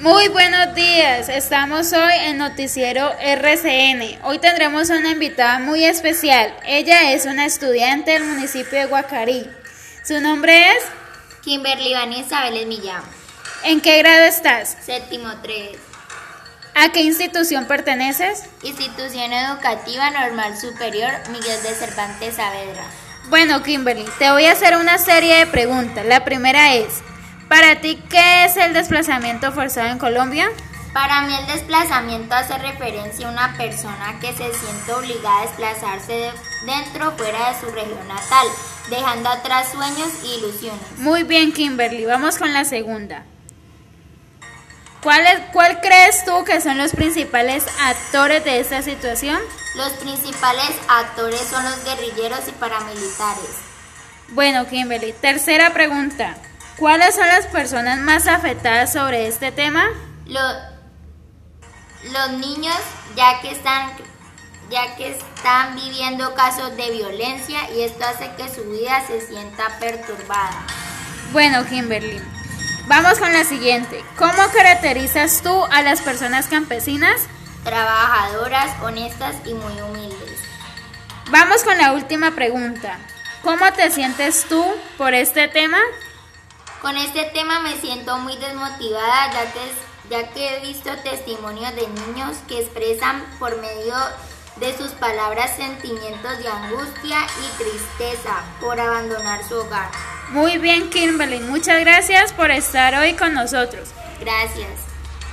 Muy buenos días, estamos hoy en Noticiero RCN. Hoy tendremos a una invitada muy especial. Ella es una estudiante del municipio de Guacarí. Su nombre es Kimberly Vanessa Vélez Millán, ¿En qué grado estás? séptimo 3, ¿A qué institución perteneces? Institución Educativa Normal Superior Miguel de Cervantes Saavedra. Bueno, Kimberly, te voy a hacer una serie de preguntas. La primera es, ¿para ti qué es el desplazamiento forzado en Colombia? Para mí el desplazamiento hace referencia a una persona que se siente obligada a desplazarse de- dentro o fuera de su región natal, dejando atrás sueños e ilusiones. Muy bien, Kimberly, vamos con la segunda. ¿Cuál, es- ¿Cuál crees tú que son los principales actores de esta situación? Los principales actores son los guerrilleros y paramilitares. Bueno, Kimberly, tercera pregunta. ¿Cuáles son las personas más afectadas sobre este tema? Lo- los niños ya que están ya que están viviendo casos de violencia y esto hace que su vida se sienta perturbada. Bueno, Kimberly, vamos con la siguiente. ¿Cómo caracterizas tú a las personas campesinas? Trabajadoras, honestas y muy humildes. Vamos con la última pregunta. ¿Cómo te sientes tú por este tema? Con este tema me siento muy desmotivada ya que, ya que he visto testimonios de niños que expresan por medio de sus palabras sentimientos de angustia y tristeza por abandonar su hogar. Muy bien, Kimberly, muchas gracias por estar hoy con nosotros. Gracias.